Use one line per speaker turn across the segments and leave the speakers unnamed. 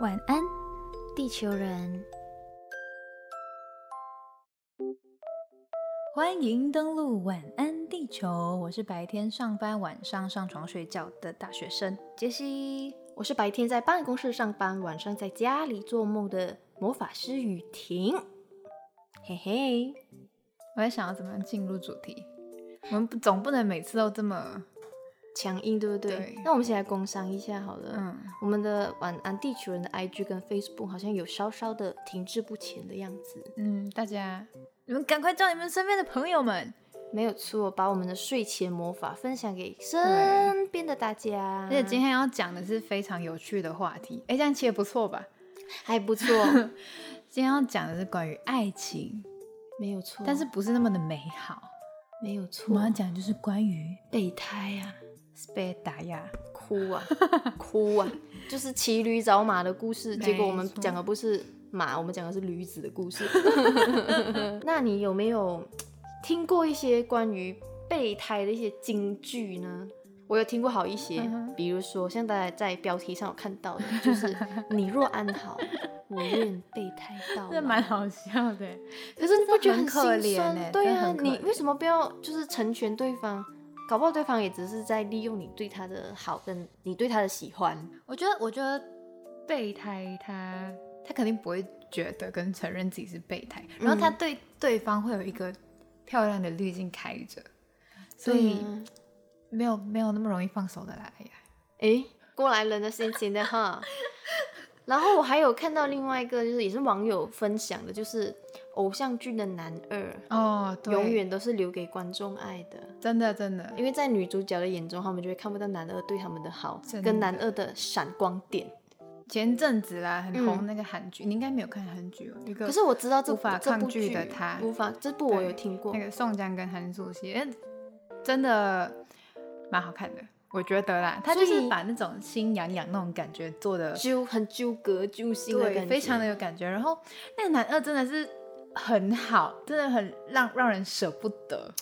晚安，地球人！欢迎登录晚安地球，我是白天上班、晚上上床睡觉的大学生杰西。
我是白天在办公室上班，晚上在家里做梦的魔法师雨婷。嘿嘿，
我在想要怎么样进入主题，我们不总不能每次都这么……
强硬对不对？
对
那我们先来工商一下好了。
嗯，
我们的晚安地球人的 IG 跟 Facebook 好像有稍稍的停滞不前的样子，
嗯，大家，你们赶快叫你们身边的朋友们，
没有错，把我们的睡前魔法分享给身边的大家。
而且今天要讲的是非常有趣的话题，哎，这样其实不错吧？
还 不错，
今天要讲的是关于爱情，
没有错，
但是不是那么的美好。
没有
我
错
们，要讲的就是关于
备胎啊，
斯贝达亚，
哭啊， 哭啊，就是骑驴找马的故事。
没
结果我们
错
讲的不是马，我们讲的是驴子的故事。 那你有没有听过一些关于备胎的一些金句呢？我有听过好一些，
嗯哼
比如说像大家在标题上有看到的，就是 “你若安好，我愿备胎到
这
老”。
蛮好笑的。
可是你不觉得
很
心
可怜
酸
欸
对
真的
啊，
很可
你
怜
为什么不要就是成全对方？搞不好对方也只是在利用你对他的好跟你对他的喜欢。
我觉得，我觉得备胎他他肯定不会觉得跟承认自己是备胎，然后他对对方会有一个漂亮的滤镜开着，所
对
以
呀，
没有没有那么容易放手的啦。哎呀，
诶，过来人的心情的哈。然后我还有看到另外一个，就是也是网友分享的，就是偶像剧的男二，
哦，对
永远都是留给观众爱的，
真的真的，
因为在女主角的眼中，他们就会看不到男二对他们的好
真，
跟男
的
二的闪光点。
前阵子啦很红
嗯
那个韩剧，你应该没有看韩剧哦。有一个
可是我知道这
无法
这部
抗拒
剧
的他
无法这部我
对
有听过
那，个宋江跟韩素汐，哎真的蛮好看的，我觉得啦。他就
所
是
以
把那种心痒痒那种感觉做的，
揪很纠葛揪心的感
对，
觉，
非常的有感觉。然后那个男二真的是很好，真的很让让人舍不得，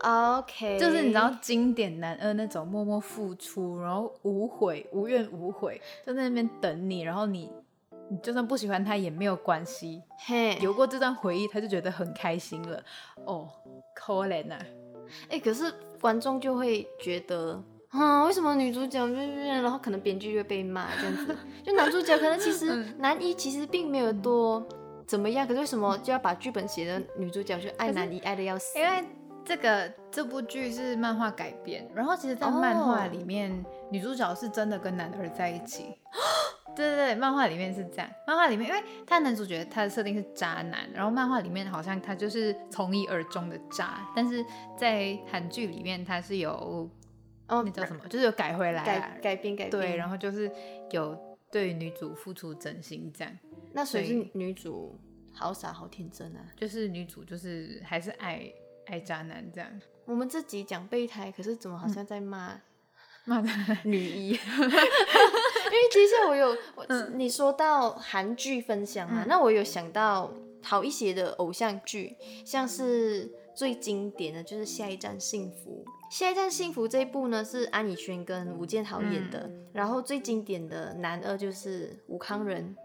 OK，
就是你知道经典男二那种默默付出，然后无悔、无怨无悔，就在那边等你，然后你。你就算不喜欢他也没有关系，
嘿，
有过这段回忆，他就觉得很开心了。哦，可怜啊！
哎、可是观众就会觉得，嗯，为什么女主角就是然后可能编剧就会被骂这样 子，就男主角可能其实
嗯
男一其实并没有多怎么样，可是为什么就要把剧本写的女主角就爱
可是哎
男一爱的要死？
因为这个这部剧是漫画改编，然后其实，在漫
哦
画里面女主角是真的跟男二在一起。 对对对，漫画里面是这样。漫画里面，因为他男主角他的设定是渣男，然后漫画里面好像他就是从一而终的渣，但是在韩剧里面他是有
哦
那叫什么，就是有改回来啊、
改改编改编，
对，然后就是有对女主付出真心，这样
那所以
所
是女主好傻好天真啊。
就是女主就是还是爱爱渣男这样。
我们这集讲备胎，可是怎么好
嗯
像在骂？
妈的，
女一，因为其实我有，我
嗯
你说到韩剧分享嘛，那我有想到好一些的偶像剧，像是最经典的就是《下一站幸福》。《下一站幸福》这一部呢是安以轩跟吴建豪演的，
嗯
然后最经典的男二就是吴康仁，
嗯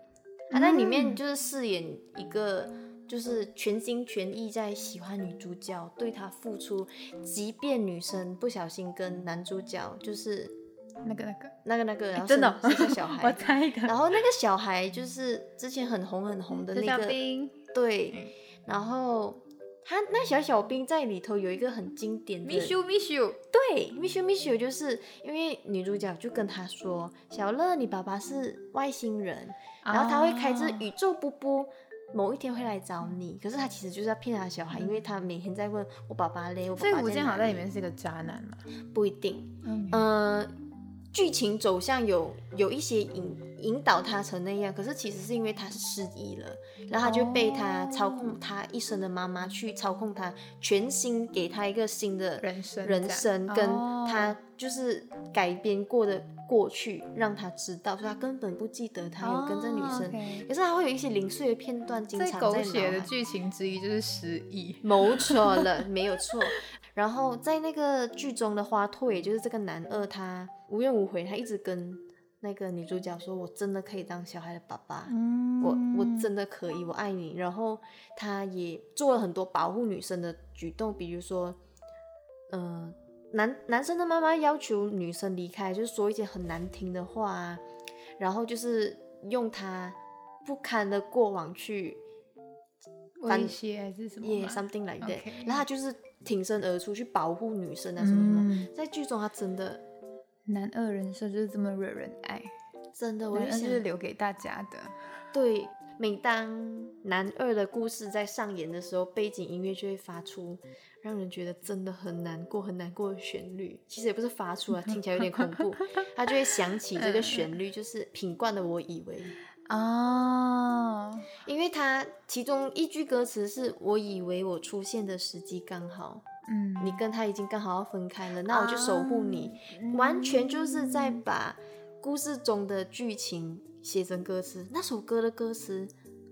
他在里面就是饰演一个就是全心全意在喜欢女主角，对她付出，即便女生不小心跟男主角就是
那个那个。
那个那个，然后
真的哦
生生下 小
我
孩，
猜一个，
然后那个小孩就是之前很红很红的
小
那
小
个，
兵，嗯
对，然后他那小小兵在里头有一个很经典的，
米修米修，
对，米修米修，就是因为女主角就跟他说，小乐你爸爸是外星人，然后他会开着
哦
宇宙波波。某一天会来找你，可是他其实就是在骗他小孩，因为他每天在问我爸爸嘞，我
嗯哦
爸
所以
爸
吴建豪在里
哪
面是一个渣男嘛？
不一定，
嗯，
呃，剧情走向有有一些引引导他成那样，可是其实是因为他失忆了，然后他就被他
哦
操控他一生的妈妈去操控他，全心给他一个新的
人生这样
人生，跟
哦
他就是改编过的过去，让他知道，所以他根本不记得他有跟这
哦
女生，
生，
可是他会有一些零碎的片段经
最
常在
狗
脑
血的
海
剧情之一就是失 忆，
谋错了，没有错。然后在那个剧中的花拓，也就是这个男二，他无怨无悔，他一直跟那个女主角说：“我真的可以当小孩的爸爸，
嗯
我我真的可以，我爱你。”然后她也做了很多保护女生的举动，比如说，呃，男男生的妈妈要求女生离开，就是说一些很难听的话啊，然后就是用她不堪的过往去反
威胁还是什么
也、
吧
something like that，、
OK
然后她就是挺身而出去保护女生啊什么什么。
嗯
在剧中她真的
男二人设就是这么惹人爱，
真的，我
我
就
那就是
想
留给大家的。
对，每当男二的故事在上演的时候，背景音乐就会发出让人觉得真的很难过、很难过的旋律。其实也不是 发出啊，听起来有点恐怖，他就会想起这个旋律，就是 品冠的《我以为》，
哦，
因为他其中一句歌词是“我以为我出现的时机刚好”，
嗯，
你跟他已经刚好要分开了，那我就守护你，
哦
完全就是在把故事中的剧情写成歌词。那首歌的歌词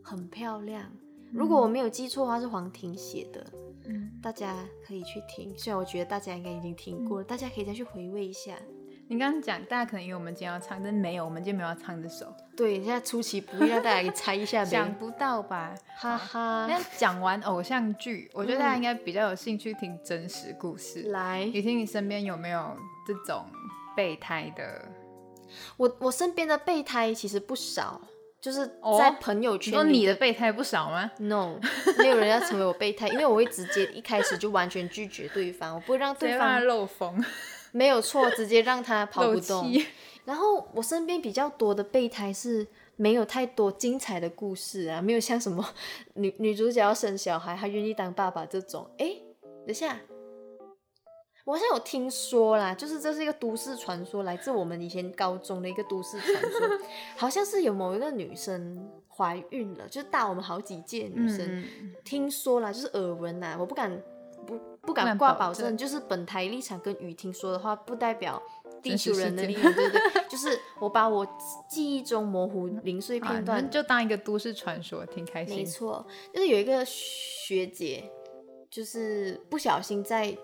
很漂亮，如果我没有记错的话，是黄婷写的，
嗯，
大家可以去听。虽然我觉得大家应该已经听过了，大家可以再去回味一下。
你刚刚讲，大家可能以为我们今天要唱，但没有，我们今天没有要唱这首，
对，现在出其不意，让大家给猜一下
想
呗，
不到吧？
哈哈，
那讲完偶像剧，我觉得大家应该比较有兴趣听真实故事。
嗯来。
雨婷，你身边有没有这种备胎的？
我我身边的备胎其实不少，就是
哦
在朋友
你说
圈里。
你的备胎不少吗？
哦 No，没有人要成为我备胎，因为我会直接一开始就完全拒绝对方，我不会让对啊
对方
方
漏风、
没有错，直接让他跑
漏
不动。
气，
然后我身边比较多的备胎是没有太多精彩的故事啊，没有像什么女女主角要生小孩，她愿意当爸爸这种。诶，等一下，我好像有听说啦，就是这是一个都市传说，来自我们以前高中的一个都市传说， 好像是有某一个女生怀孕了，就是大我们好几届女生，
嗯，
听说啦，就是耳闻啦，我不敢不不敢
敢
挂
保
保证，
证
就是本台立场跟雨婷说的话，不代表地
真实
球人
事
的
件
立场，对对对，就是我把我记忆中模糊零碎
啊那
片段，
就当一个都市传说，挺开
没
心。
错，就是有一个学姐，就是不小心在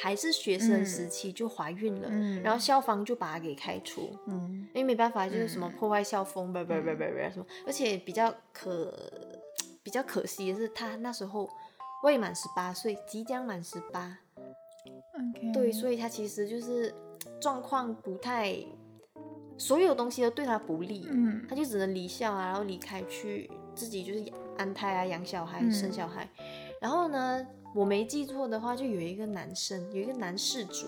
还是学生
嗯
时期就怀孕了，
嗯
然后校方就把她给开除，
嗯，
因为没办法，就是什么破坏校风，不不不不不什么，而且比较可比较可惜的是，他那时候未满十八岁，即将满十八，
OK，
对，所以他其实就是状况不太，所有东西都对他不利，
嗯
他就只能离校啊，然后离开去自己就是安胎啊，养小孩、
嗯
生小孩。然后呢，我没记错的话，就有一个男生，有一个男事主，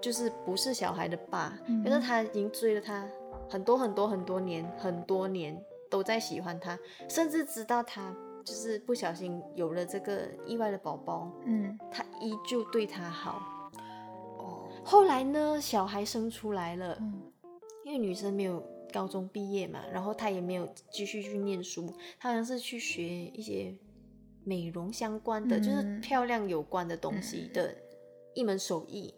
就是不是小孩的爸，
嗯
可是他已经追了他很多很多很多年，很多年都在喜欢他，甚至知道他就是不小心有了这个意外的宝宝，
嗯，
他依旧对他好。
哦，
后来呢，小孩生出来了，
嗯
因为女生没有高中毕业嘛，然后她也没有继续去念书，她好像是去学一些美容相关的，就是
嗯
漂亮有关的东西的一门手艺。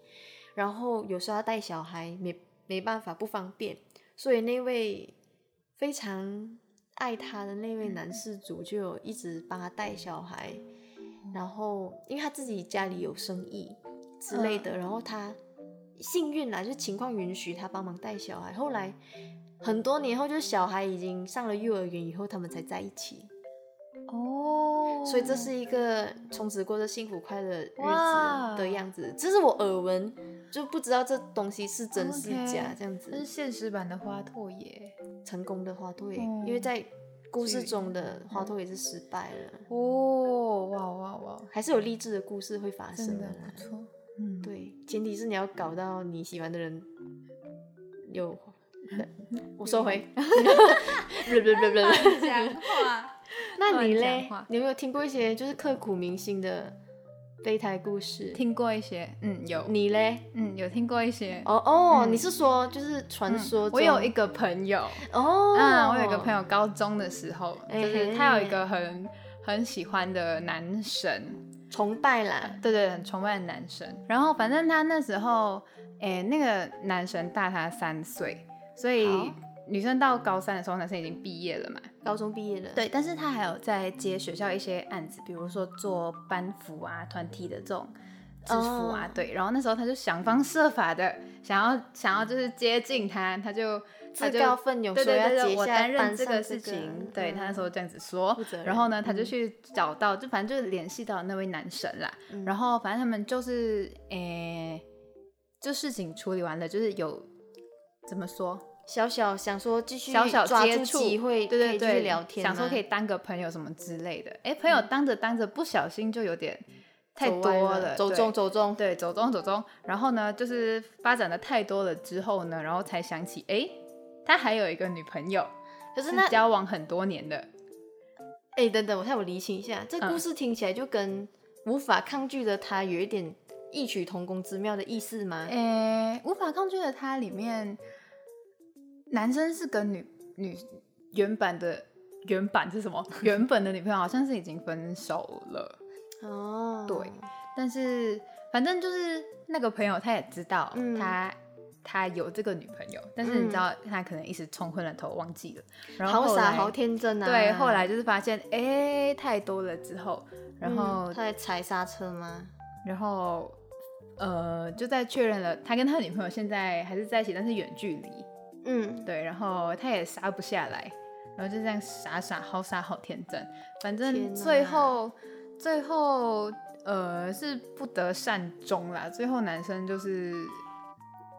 然后有时候要带小孩，没没办法不方便，所以那位非常爱她的那位
嗯
男事主就有一直帮她带小孩，
嗯
然后因为她自己家里有生意之类的，
嗯
然后她幸运啦，就情况允许她帮忙带小孩。后来很多年后，就是小孩已经上了幼儿园以后，他们才在一起。
哦，
所以这是一个从此过着幸福快乐日
嗯哇
子的样子。这是我耳闻，就不知道这东西是真是假，
哦 OK
这样
这是
子
现实版的花拓耶。
成功的花朵也，
嗯
因为在故事中的花朵也是失败了，
哦，哇哇哇，
还是有励志的故事会发生
真的
的
不
啦。
错。嗯，
对，前提是你要搞到你喜欢的人有。 我收回，不不不不不
讲话。
那你
乱
嘞
讲话？
你有没有听过一些就是刻骨铭心的备胎故事？
听过一些，嗯，有，
你嘞？
嗯，有听过一些。
哦哦，你是说就是传
嗯
说、
我有一个朋友，
哦，
嗯，我有一个朋友，高中的时候，
哎
就是
嘿
他有一个很很喜欢的男神，
崇拜啦，
对对，很崇拜的男神。然后反正他那时候，哎，那个男神大他三岁，所以
好
女生到高三的时候，男生已经毕业了嘛。
高中毕业了，，
对，但是他还有在接学校一些案子，比如说做班服啊、团体的这种制服啊，
哦
对。然后那时候他就想方设法的想要想要就是接近他，他就他
自
就
告奋勇
对
说
对
要
对对，
结
我
下
担任
班
这
上
个
个
事情，对他那时
候
候这样子说
负责，
然后
任
呢，他就
嗯
去找到，就反正就联系到那位男神啦，
嗯
然后反正他们就是诶，就事情处理完了，就是有怎么说，
小小想说继续
小小
抓
接
住
触
机会，
对对
可以继
对，
续聊天啊吗，
想说可以当个朋友什么之类的，哎，朋友当着当着不小心就有点太
走
多
歪了，走
对
中走中，
对，走中走中，然后呢，就是发展的太多了之后呢，然后才想起，哎，他还有一个女朋友，
可是
是
那
交往很多年的，
哎、等等，我看我厘清一下，这
嗯
故事听起来就跟无法抗拒的他有一点异曲同工之妙的意思吗？
诶、无法抗拒的他里面，男生是跟女女原版的原版是什么？ 原本的女朋友好像是已经分手了，
哦，
对，但是反正就是那个朋友他也知道
嗯
他、他有这个女朋友，但是你
嗯
知道他可能一时冲昏了头忘记了，然后
好
后来
傻好天真啊！
对，后来就是发现诶太多了之后，然
嗯
后、
他还踩刹车吗？
然后呃就在确认了他跟他女朋友现在还是在一起，但是远距离。
嗯，
对，然后他也杀不下来，然后就这样傻傻好傻好天真，反
天
正
哪
最后最后呃是不得善终啦，最后男生就是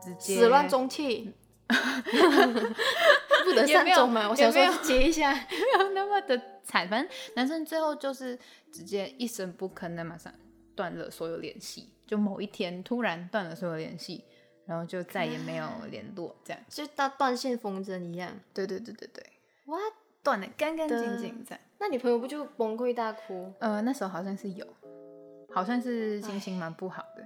直接
始乱，终弃， 不得
也
善
没有
终嘛。
也
我想
没
说
有
接一 下，
没有那么的惨，反正男生最后就是直接一声不吭的马上断了所有联系，就某一天突然断了所有联系，然后就再也没有联络，这样，
就当断线风筝一样。
对对对对对，
What？
断的干干净净这样。
那你朋友不就崩溃大哭？
呃，那时候好像是有，好像是心情蛮不好的，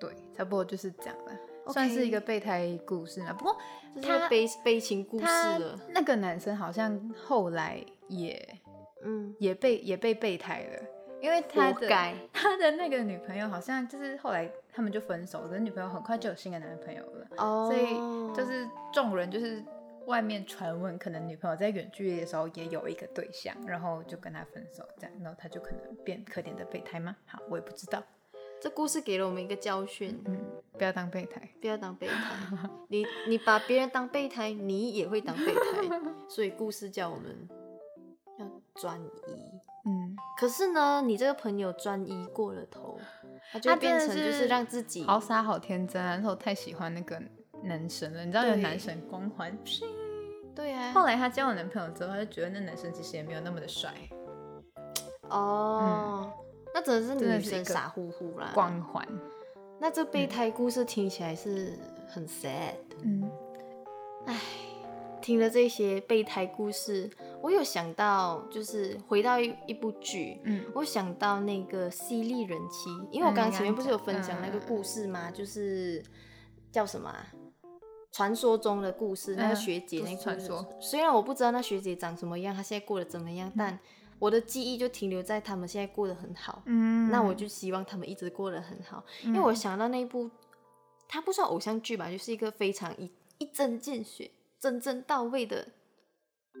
对，差不多就是这样吧
OK
算是一个备胎故事嘛。不过
这是
他
个悲悲情故事
他
了。
那个男生好像后来也
嗯，
也被也被备胎了，因为他
活
的
该。
他的那个女朋友好像就是后来他们就分手，可是女朋友很快就有新的男朋友了，
哦，
所以就是众人就是。外面传闻，可能女朋友在远距离的时候也有一个对象，然后就跟他分手，这样，然后他就可能变可怜的备胎吗？好，我也不知道。
这故事给了我们一个教训。
嗯，不要当备胎。
不要当 备胎，你你把别人当备胎，你也会当备胎。 所以故事叫我们要专一。
嗯，
可是呢，你这个朋友专一过了头，他就
他
变
真
成
的
就是是让自己
好傻好天真啊！那时候太喜欢那个男神了，你知道有
对
男神光环。是
对啊，
后来她交往男朋友之后，她就觉得那男生其实也没有那么的帅，
嗯哦，那真的是
嗯真的
女
是一
生
个
傻乎乎啦。
光嗯环。
那这备胎故事听起来是很 sad。
嗯
听了这些备胎故事，我有想到，就是回到一一部剧，
嗯
我想到那个《犀利人妻》，因为我刚刚前面不是有分享那个
嗯
故事吗？就是叫什么、啊？传说中的故事，那个
嗯
学姐
都
那
是
个
传
故事
说。嗯
虽然我不知道那学姐长什么样，她现在过得怎么样，但我的记忆就停留在他们现在过得很好。
嗯
那我就希望他们一直过得很好，因为我想到那一部，它不算偶像剧吧，就是一个非常一一针见血、真正到位的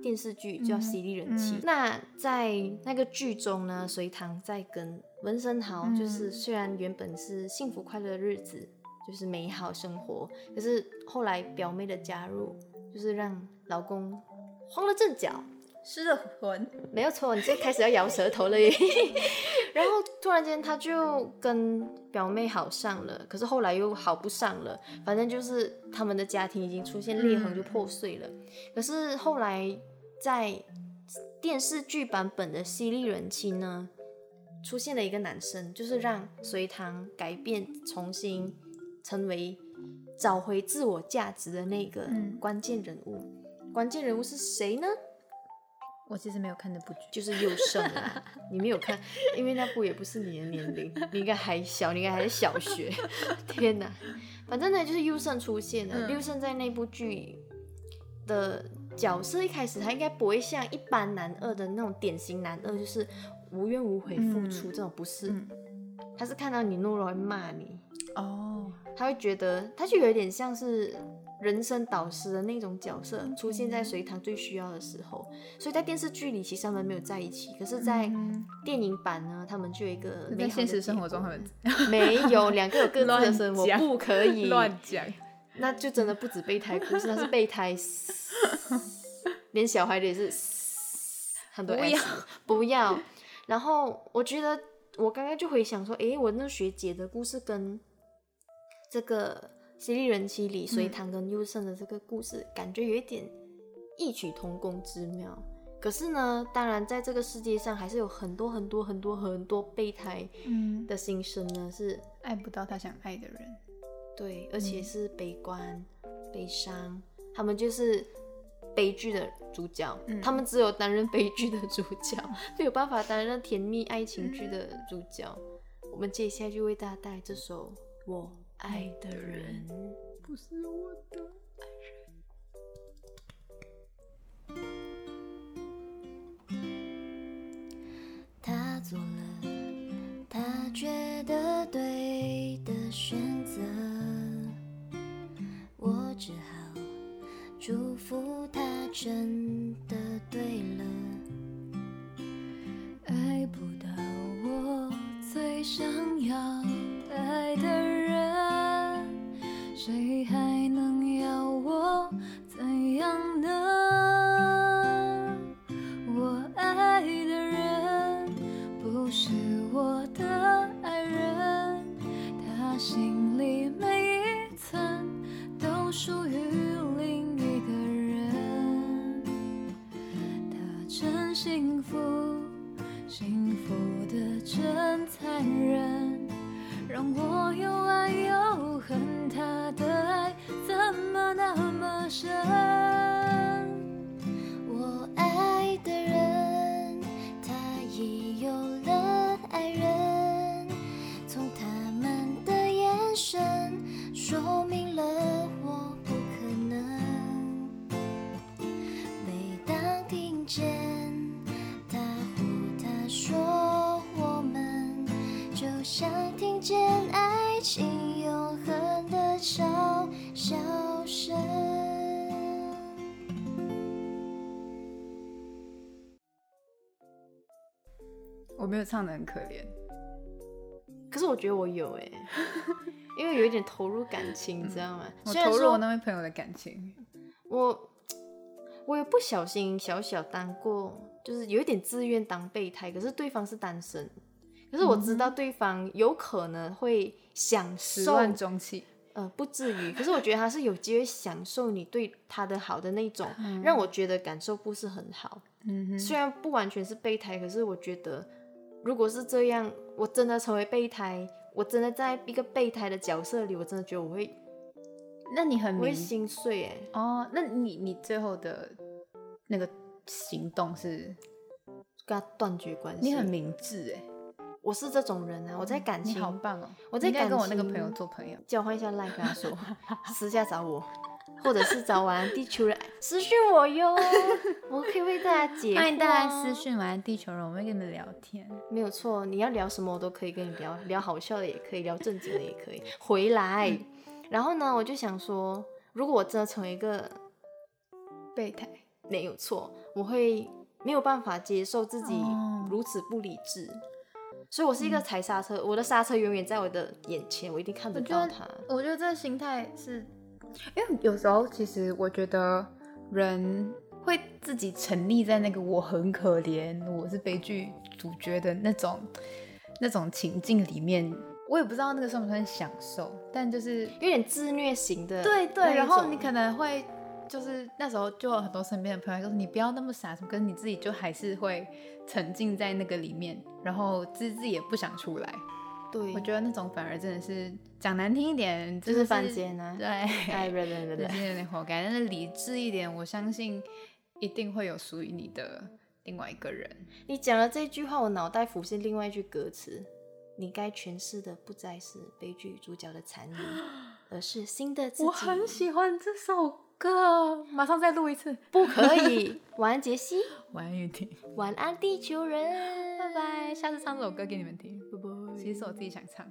电视剧，叫《犀利人妻》
嗯
那在那个剧中呢，隋唐在跟文森豪，
嗯
就是虽然原本是幸福快乐的日子，就是美好生活，可是后来表妹的加入，就是让老公慌了阵脚。
失了魂。
没有错，你这开始要咬舌头了 耶。然后突然间他就跟表妹好上了，可是后来又好不上了，反正就是他们的家庭已经出现裂痕，
嗯
就破碎了。可是后来在电视剧版本的《犀利人妻》呢，出现了一个男生，就是让隋唐改变，重新成为找回自我价值的那个
嗯
关键人物。关键人物是谁呢？
我其实没有看那部剧，
就是幼胜啦。你没有看，因为那部也不是你的年龄，你应该还小，你应该还是小学。 天哪，反正呢就是幼胜出现了。
嗯
幼胜在那部剧的角色一开始他应该不会像一般男二的那种典型男二，就是无怨无悔付出这种，不是。
嗯
他是看到你懦弱会骂你，
哦，
他会觉得他就有点像是人生导师的那种角色，出现在隋唐最需要的时候。所以在电视剧里，其实他们没有在一起，可是，在
嗯
电影版呢，他们就有一个哎美
在
好的
现实
结
生活
果
中很
没有两个有各自的
乱
生活，
讲
不可以
乱讲，
那就真的不止备胎故事，那是备胎，连小孩的也是很多
不要
S，不要。然后我觉得我刚刚就回想说，诶，我那学姐的故事跟这个《犀利人妻》里隋
嗯
唐跟优胜的这个故事，感觉有一点异曲同工之妙。可是呢，当然在这个世界上，还是有很多很多很多很多备胎
嗯，
的心声呢，是
爱不到他想爱的人，
对，而
嗯
且是悲观、悲伤，他们就是悲剧的主角，
嗯
他们只有担任悲剧的主角，没有办法担任甜蜜爱情剧
嗯
的主角。我们接下来就为大家带来这首《我爱的人》。
不是我的。
他做了他觉得对的选择，我只好祝福他真的对了。爱不到我最想要爱的人，谁还能要我怎样呢？我爱的人不是我的爱人，他心里每一寸都属于另一个人。他真幸福，幸福的真残忍，让我又爱又恨，他的爱怎么那么深？我爱的人，他已有了爱人，从他们的眼神说明了我不可能。每当听见他或她说我们，就像听见爱情永恒的嘲笑声。
我没有唱的很可怜，
可是我觉得我有哎、 因为有一点投入感情，你知道吗？
嗯我
虽然
投入我
说
那位朋友的感情，
我我也不小心小小当过，就是有一点自愿当备胎，可是对方是单身，可是我知
嗯
道对方有可能会享
始
受，
乱终弃。
呃，不至于，可是我觉得他是有机会享受你对他的好的 那种，让我觉得感受不是很好。
嗯哼，
虽然不完全是备胎，可是我觉得如果是这样，我真的成为备胎，我真的在一个备胎的角色里，我真的觉得我会
那你很
我会
明
心碎哎、
哦，那你你最后的那个行动是，
跟他断绝关系。
你很明智哎，
我是这种人啊，我在感
嗯你
情
好棒哦！
我在
你应该跟我那个
感
朋
情
友做朋友，
交换一下 line 跟他 说，私下找我，或者是找完 地球人私讯我哟， 我可以为大家解惑啊。
欢迎大家私讯完地球人，我们会跟你们聊天。
没有错，你要聊什么我都可以跟你聊，聊好笑的也可以，聊正经的也可以。回来，
嗯
然后呢，我就想说，如果我真的成为一个
备胎，
没有错，我会没有办法接受自己
哦嗯
如此不理智，所以我是一个踩刹车，我的刹车永远在我的眼前，我一定看得
我觉
到
得
它。
我觉得这心态是，因为有时候其实我觉得人会自己沉溺在那个我很可怜，我是悲剧主角的那种那种情境里面，我也不知道那个算不算享受，但就是
有点自虐型的那
对
一种，
对，然后你可能会就是那时候就有很多身边的朋友就是你不要那么傻，什么，可是你自己就还是会沉浸在那个里面，然后自自己也不想出来。
对，
我觉得那种反而真的是讲难听一点，真
就
的
是犯贱啊
对，
哎， 不对不
真的
对，
是有点活该。但是理智一点，我相信一定会有属于你的另外一个人。
你讲了这句话，我脑袋浮现另外一句歌词：你该诠释的不再是悲剧主角的残余，而是新的自己。
欢这首歌，马上再录一次。
不可以。晚安，杰西，
晚安，雨婷，
晚安，地球人，
拜拜，下次唱这首歌给你们听。
拜拜。
其实是我自己想唱。